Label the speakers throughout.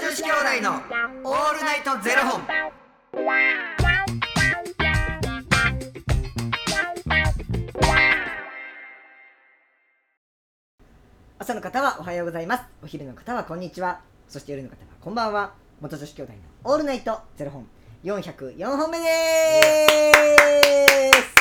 Speaker 1: 子兄弟のオールナイトゼロ本。
Speaker 2: 朝の方はおはようございますお昼の方はこんにちはそして夜の方はこんばんは元女子兄弟のオールナイトゼロ本404本目です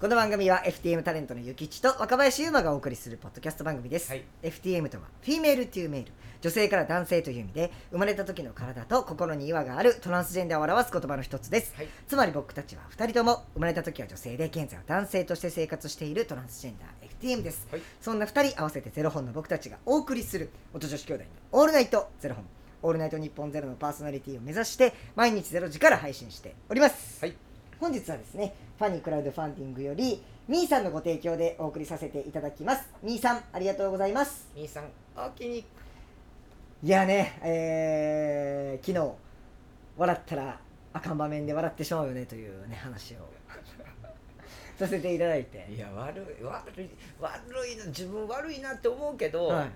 Speaker 2: この番組は FTM タレントのゆきちと若林優馬がお送りするポッドキャスト番組です、
Speaker 1: はい
Speaker 2: FTM とはフィメールというメール女性から男性という意味で生まれた時の体と心に違和があるトランスジェンダーを表す言葉の一つです、
Speaker 1: はい
Speaker 2: つまり僕たちは2人とも生まれた時は女性で現在は男性として生活しているトランスジェンダー FTM です、
Speaker 1: はい
Speaker 2: そんな2人合わせてゼロ本の僕たちがお送りする音女子兄弟の「オールナイトゼロ本」「オールナイト日本ゼロのパーソナリティを目指して毎日ゼロ時から配信しております、
Speaker 1: はい
Speaker 2: 本日はですねファニークラウドファンディングよりみーさんのご提供でお送りさせていただきますみーさんありがとうございます
Speaker 1: 兄さん、お気に。
Speaker 2: いやね、えー昨日笑ったらあかん場面で笑ってしまうよねというね話を させていただいて
Speaker 1: いや、悪い、悪い、悪いな、自分悪いなって思うけど。
Speaker 2: はい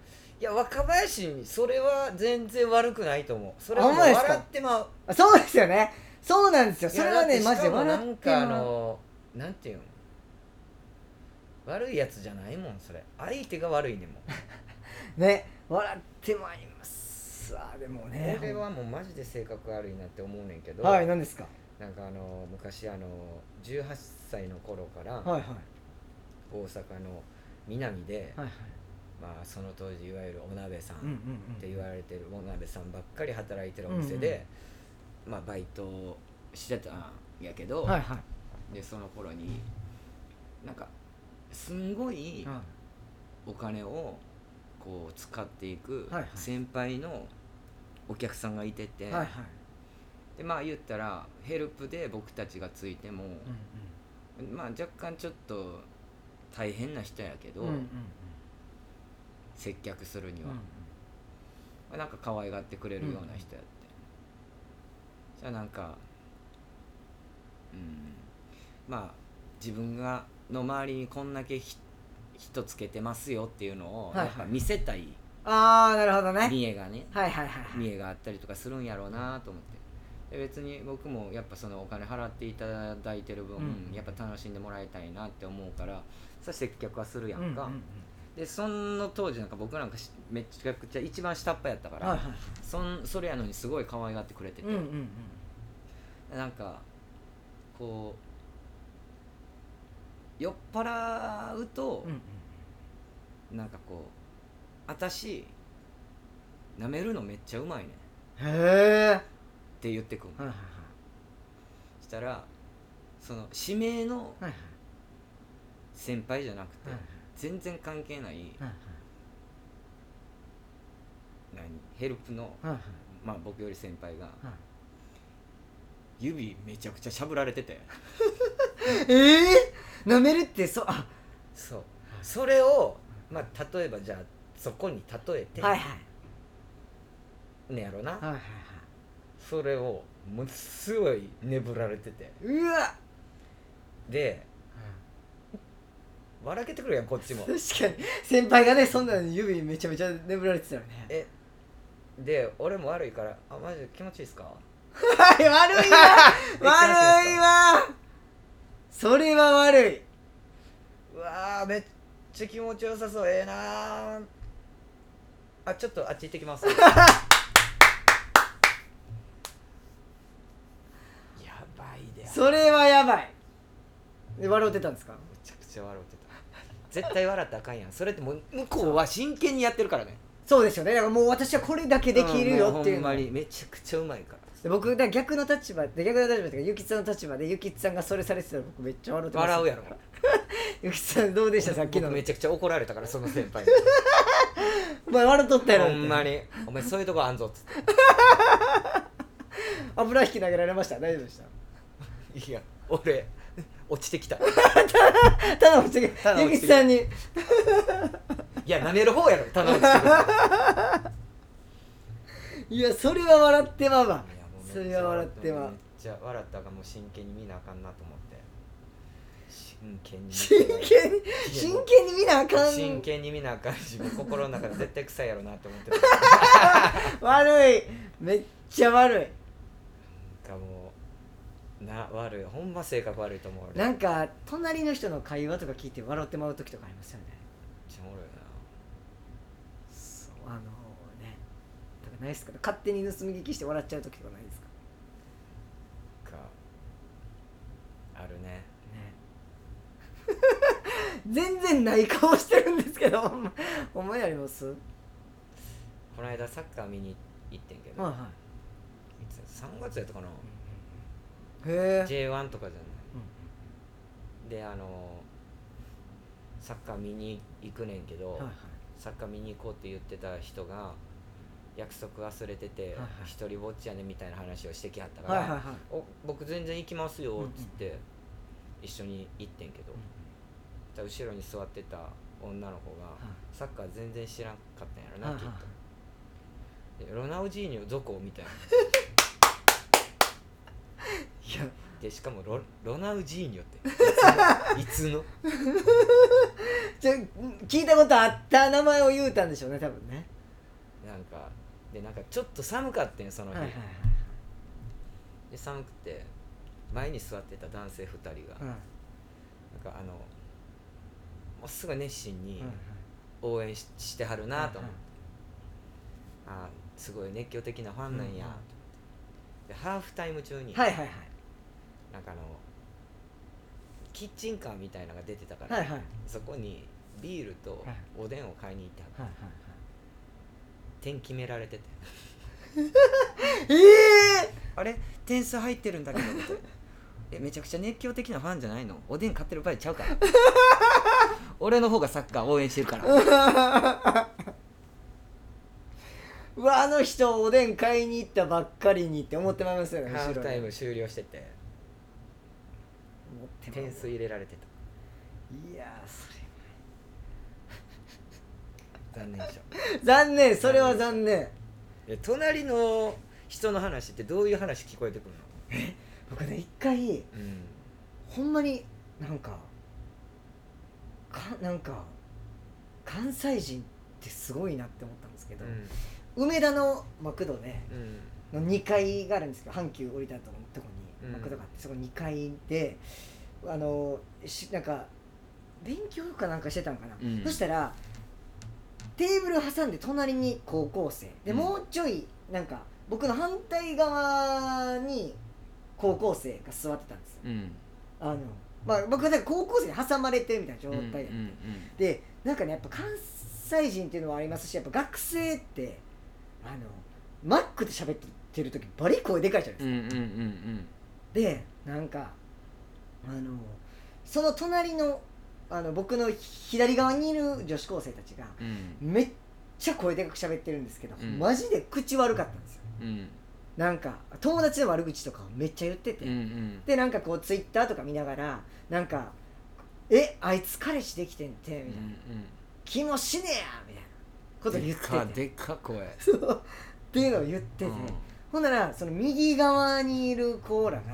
Speaker 2: い、
Speaker 1: や、若林、それは全然悪くないと思う。それはもう
Speaker 2: あほんまですか
Speaker 1: 笑ってまう。
Speaker 2: あそうですよねそうなんですよそれはね
Speaker 1: いや
Speaker 2: マジで
Speaker 1: だ
Speaker 2: 笑
Speaker 1: ってし
Speaker 2: っ
Speaker 1: か
Speaker 2: て
Speaker 1: もなんかあ
Speaker 2: まう
Speaker 1: のなんていうの悪いやつじゃないもんそれ相手が悪い ねもう
Speaker 2: ね笑ってまいりますあーでもね
Speaker 1: 俺はもうマジで性格悪いなって思うねんけど、
Speaker 2: はい何ですか
Speaker 1: なんかあの昔あの18歳の頃から
Speaker 2: はいはい
Speaker 1: 大阪の南で、
Speaker 2: はいはい
Speaker 1: まあ、その当時いわゆるお鍋さん
Speaker 2: うんうん
Speaker 1: っ
Speaker 2: う
Speaker 1: て
Speaker 2: ん
Speaker 1: 言われてるお鍋さんばっかり働いてるお店で、まあ、バイトをしてたんやけど、
Speaker 2: はいは
Speaker 1: でその頃になんかすんごい
Speaker 2: いは
Speaker 1: お金をこう使っていく
Speaker 2: はいはい
Speaker 1: 先輩のお客さんがいてて、
Speaker 2: いはいはい
Speaker 1: でまあ言ったらヘルプで僕たちがついても、まあ若干ちょっと大変な人やけど、
Speaker 2: うんうんうん
Speaker 1: 接客するに
Speaker 2: うん
Speaker 1: は、
Speaker 2: うん
Speaker 1: まあなんか可愛がってくれるような人やって、じゃあなんかうんまあ自分がの周りにこんだけひ人つけてますよっていうのを
Speaker 2: はいはい
Speaker 1: やっぱ見せたい、
Speaker 2: ああなるほどね
Speaker 1: 見栄がね
Speaker 2: はいはいはい
Speaker 1: 見栄があったりとかするんやろうなと思ってで別に僕もやっぱそのお金払っていただいてる分、
Speaker 2: うん
Speaker 1: やっぱ楽しんでもらいたいなって思うからそれ接客はするや
Speaker 2: うんうんん
Speaker 1: か、
Speaker 2: うん
Speaker 1: でその当時なんか僕なんかしめちゃくちゃ一番下っ端やったから、
Speaker 2: はいはい
Speaker 1: そんそれやのにすごい可愛がってくれてて、
Speaker 2: うんうんうん
Speaker 1: なんかこう酔っ払うと
Speaker 2: うんうん
Speaker 1: なんかこう「私舐めるのめっちゃうまいね」
Speaker 2: へえ
Speaker 1: って言ってくる
Speaker 2: はいはいはい
Speaker 1: したらその指名の
Speaker 2: はいはい
Speaker 1: 先輩じゃなくて、
Speaker 2: はい
Speaker 1: 全然関係ない
Speaker 2: はい
Speaker 1: 何ヘルプの、
Speaker 2: はいはい
Speaker 1: まあ、僕より先輩が
Speaker 2: はい
Speaker 1: 指めちゃくちゃしゃぶられてて
Speaker 2: ええ舐めるってそうあ
Speaker 1: そうそれを、まあ、例えばじゃあそこに例えて、
Speaker 2: はいはい
Speaker 1: ねやろな、
Speaker 2: はいはいはい
Speaker 1: それをものすごいねぶられてて
Speaker 2: うわ
Speaker 1: で笑けてくるやんこっちも
Speaker 2: 確かに先輩がねそんなのに指めちゃめちゃ眠られてたよね
Speaker 1: えで俺も悪いから「あマジで気持ちいいっすか?
Speaker 2: はい 悪いわ悪いわそれは悪い」
Speaker 1: うわーめっちゃ気持ちよさそうええなーあちょっとあっち行ってきます やばい で
Speaker 2: それはやばいで笑うてたんですか
Speaker 1: めちゃくちゃ笑ってた絶対笑ったらあかんやんそれってもう向こうは真剣にやってるからね
Speaker 2: そうですよねだからもう私はこれだけできるよっていうん
Speaker 1: んもほ
Speaker 2: の
Speaker 1: まにめちゃくちゃうまいから
Speaker 2: で僕だから逆の立場で逆の立場というかゆきつさんの立場でゆきつさんがそれされてたら僕めっちゃ笑うてました
Speaker 1: 笑うやろ
Speaker 2: ゆきつさんどうでしたさっき
Speaker 1: 僕
Speaker 2: の
Speaker 1: めちゃくちゃ怒られたからその先輩
Speaker 2: お前 笑っとったや
Speaker 1: に
Speaker 2: ろっ
Speaker 1: ほ
Speaker 2: て
Speaker 1: んまに「お前そういうとこあんぞ」っつっ
Speaker 2: 油引き投げられました大丈夫でした
Speaker 1: て「いや俺落ちてきた」「い
Speaker 2: ただ落ちてき
Speaker 1: ただ
Speaker 2: ゆ
Speaker 1: 落
Speaker 2: きつ
Speaker 1: ちてき
Speaker 2: さんに
Speaker 1: や舐める方やろただ落ちてくる」
Speaker 2: いやそれは笑ってまうわ
Speaker 1: いやもうめっ
Speaker 2: そ
Speaker 1: ちゃ
Speaker 2: れは笑って
Speaker 1: めっ
Speaker 2: ま
Speaker 1: ちゃ笑ったがもう真剣に見なあかんなと思って真剣に
Speaker 2: 真剣に真剣に見なあかん
Speaker 1: 真剣に見なあかんしもう心の中で絶対臭いやろなって思ってた
Speaker 2: 悪いめっちゃ悪
Speaker 1: なんかもうな悪いほんま性格悪いと思う
Speaker 2: いなん
Speaker 1: か
Speaker 2: か隣の人の会話とか聞いて笑ってもらう時とかありますよね
Speaker 1: ちゃおもろいな
Speaker 2: そうあのねとかないですか勝手に盗み聞きして笑っちゃう時とかないですか
Speaker 1: かあるね
Speaker 2: ね全然ない顔してるんですけどほんまほんまにありますはい
Speaker 1: この間サッカー見に行ってんけど、
Speaker 2: はい
Speaker 1: つ3月やったかな、
Speaker 2: いへえ
Speaker 1: J1 とかじゃない、であのサッカー見に行くねんけど、
Speaker 2: はいはい
Speaker 1: サッカー見に行こうって言ってた人が約束忘れてて
Speaker 2: はいはい
Speaker 1: 一、人ぼっちやねんみたいな話をしてきはったから、
Speaker 2: はいはいはい
Speaker 1: お僕全然行きますよ
Speaker 2: うんう
Speaker 1: っ
Speaker 2: ん
Speaker 1: つって一緒に行ってんけど、
Speaker 2: うん
Speaker 1: だから後ろに座ってた女の子がサッカー全然知らんかったんや
Speaker 2: は
Speaker 1: ろな、
Speaker 2: いはい
Speaker 1: きっとでロナウジーニョどこみたいない
Speaker 2: や
Speaker 1: でしかもロロナウジーニ ョっていつのいつの
Speaker 2: ちょ聞いたことあった名前を言うたんでしょうね多分ね
Speaker 1: なんかでなんかちょっと寒かったんその
Speaker 2: は
Speaker 1: 日、
Speaker 2: いはいはい
Speaker 1: で寒くて前に座ってた男性2人が、
Speaker 2: うん
Speaker 1: なんかあのもうすごい熱心に応援ししてはるなと思って、あーすごい熱狂的なファンなんや、
Speaker 2: うんうん
Speaker 1: でハーフタイム中に、
Speaker 2: はいはいはい
Speaker 1: なんかあのキッチンカーみたいなのが出てたから、
Speaker 2: はいはいはい
Speaker 1: そこにビールとおでんを買いに行ってはった、
Speaker 2: はい
Speaker 1: 点決められてて
Speaker 2: ええ
Speaker 1: あれ点数入って るんだけどみたいなえめちゃくちゃ熱狂的なファンじゃないのおでん買ってる場合ちゃう から俺の方がサッカー応援してる から
Speaker 2: ー、うわあの人おでん買いに行ったばっかりにって思ってまいりますよね
Speaker 1: ハーフタイム
Speaker 2: 後
Speaker 1: 終了してて
Speaker 2: ろに思ってまい
Speaker 1: 点
Speaker 2: ります
Speaker 1: 数
Speaker 2: い
Speaker 1: 入れられて
Speaker 2: やーそ
Speaker 1: た残念でしょ
Speaker 2: れ残念それは残念
Speaker 1: え隣の人の話ってどういう話聞こえてくる
Speaker 2: 僕ね一回
Speaker 1: のうん
Speaker 2: ほんまになんかかなんか関西人ってすごいなって思ったんですけど、梅田のマクドで、
Speaker 1: うん
Speaker 2: の2階があるんですけど阪急降りたとこのとこ
Speaker 1: う
Speaker 2: に
Speaker 1: ん
Speaker 2: マクドがあって、そこ2階であのしなんか勉強かなんかしてたのかな、
Speaker 1: うん
Speaker 2: そしたらテーブル挟んで隣に高校生で、
Speaker 1: うん
Speaker 2: もうちょいなんか僕の反対側に高校生が座ってたんですよ
Speaker 1: うん
Speaker 2: あの、まあ、僕はだから高校生に挟まれてみたいな状態だった、でなんかねやっぱ関西人っていうのもありますしやっぱ学生ってあのマックで喋ってる時バリ声でかいじゃないです
Speaker 1: うんうんうんうん
Speaker 2: か、でなんかあのその隣のあの僕の左側にいる女子高生たちが
Speaker 1: うん
Speaker 2: めっちゃ声でかく喋ってるんですけど、
Speaker 1: うん
Speaker 2: マジで口悪かったんですよ
Speaker 1: うん
Speaker 2: なんか友達の悪口とかをめっちゃ言ってて、
Speaker 1: うんうん
Speaker 2: でなんかこうツイッターとか見ながらなんか「えあいつ彼氏できてんて」みたいな。気もしねえやみたいなこと言
Speaker 1: でっか
Speaker 2: ってて
Speaker 1: でっか声
Speaker 2: そうっていうのを言ってて、
Speaker 1: うん
Speaker 2: ほんならその右側にいるコーラが、
Speaker 1: うん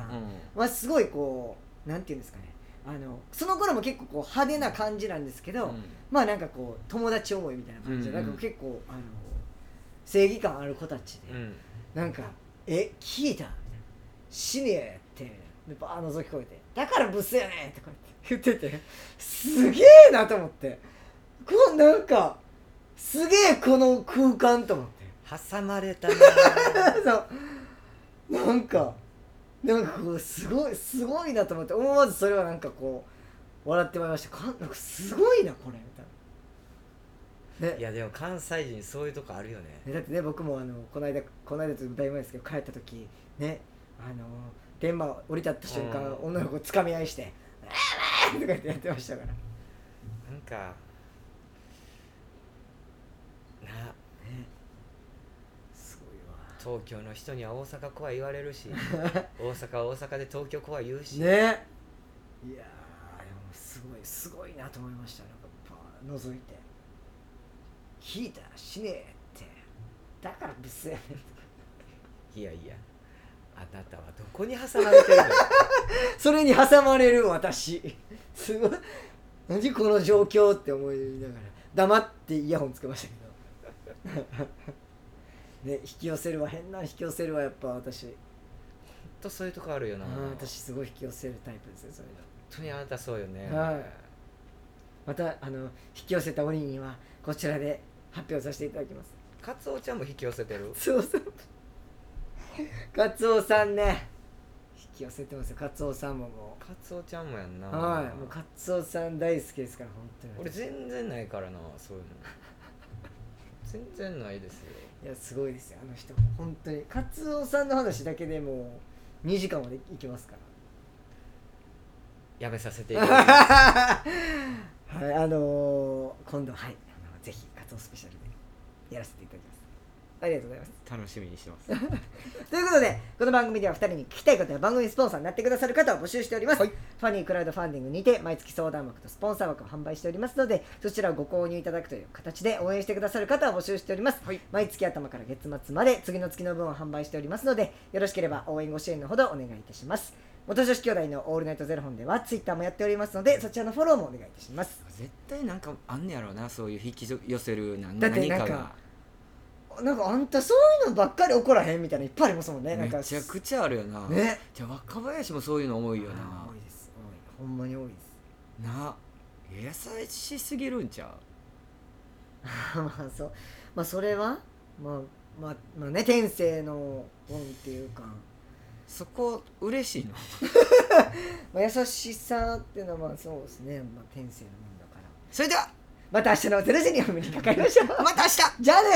Speaker 2: まあ、すごいこうなんていうんですかねあのその頃も結構こう派手な感じなんですけど、まあなんかこう友達思いみたいな感じで、
Speaker 1: うんうん
Speaker 2: なんか結構あの正義感ある子たちで、
Speaker 1: うん
Speaker 2: なんか「え聞いた?」死ねえってでバーッ覗き込えて「だからブスやねん」とか言っててすげえなと思ってこうなんかすげえこの空間と思って
Speaker 1: 挟まれたな
Speaker 2: そうなんかなんかこうすごいすごいなと思って思わずそれはなんかこう笑ってまいりましたかなんかすごいなこれみたいな。ね
Speaker 1: いやでも関西人そういうとこあるよね
Speaker 2: ねだってね僕もあのこの間この間とだいぶ前ですけど帰った時ねあの電話降り立った瞬間、
Speaker 1: う
Speaker 2: 女の子つかみ合いして「あーとか言ってやってましたから、ね、
Speaker 1: なんかな
Speaker 2: すご
Speaker 1: 東京の人には大阪怖い言われ るし大阪は大阪で東京怖い言うし、
Speaker 2: いわねいやーでもすごいすごいなと思いましたなんかバーッ覗いて「聞いたら死ねえ」ってだからブスやねん
Speaker 1: いやいやあなたはどこに挟まれてるの
Speaker 2: それに挟まれる私すごい何この状況って思いながら黙ってイヤホンつけましたけど ね引き寄せるわ変な引き寄せるわやっぱ私、
Speaker 1: とそういうとこあるよな
Speaker 2: うん私すごい引き寄せるタイプですよそういうの
Speaker 1: 本当にあなたそうよね、
Speaker 2: はいまたあの引き寄せた折にはこちらで発表させていただきます
Speaker 1: カツオちゃんも引き寄せてる
Speaker 2: そうそうカツオさんね引き寄せてますよカツオさんもも
Speaker 1: カツオちゃんもやんな
Speaker 2: うはいもうカツオさん大好きですから本当に
Speaker 1: 俺全然ないからなそういうの全然ないですよ
Speaker 2: いやすごいですよあの人本当にカツオさんの話だけでもう2時間までいきますから
Speaker 1: やめさせていただきます
Speaker 2: はい、あのー今度はいあのぜひカツオスペシャルでやらせていただきますありがとうございます
Speaker 1: 楽しみにしてます
Speaker 2: ということでこの番組では2人に聞きたいことや番組スポンサーになってくださる方を募集しております、
Speaker 1: はい
Speaker 2: ファニークラウドファンディングにて毎月相談枠とスポンサー枠を販売しておりますのでそちらをご購入いただくという形で応援してくださる方を募集しております、
Speaker 1: はい
Speaker 2: 毎月頭から月末まで次の月の分を販売しておりますのでよろしければ応援ご支援のほどお願いいたします元女子兄弟のオールナイトゼロ本ではツイッターもやっておりますのでそちらのフォローもお願いいたします
Speaker 1: 絶対なんかあんねやろうなそういう引き寄せるなん
Speaker 2: だって
Speaker 1: 何
Speaker 2: なんか
Speaker 1: かが
Speaker 2: なんかあんたそういうのばっかり怒らへんみたいなのいっぱいありますもんねなんか
Speaker 1: めちゃくちゃあるよな、
Speaker 2: ね
Speaker 1: じゃあ若林もそういうの多いよ
Speaker 2: あ
Speaker 1: な
Speaker 2: ー多いです多いほんまに多いです
Speaker 1: な優しすぎるんちゃ
Speaker 2: まあそうまあそれはまあまあまあね天性の本っていうか、
Speaker 1: うそこ嬉しいの
Speaker 2: まあ、優しさっていうのはまあそうですね、まあ、天性のもんだから
Speaker 1: それでは
Speaker 2: また明日の0時にお目にかかりましょう
Speaker 1: また明日
Speaker 2: じゃあね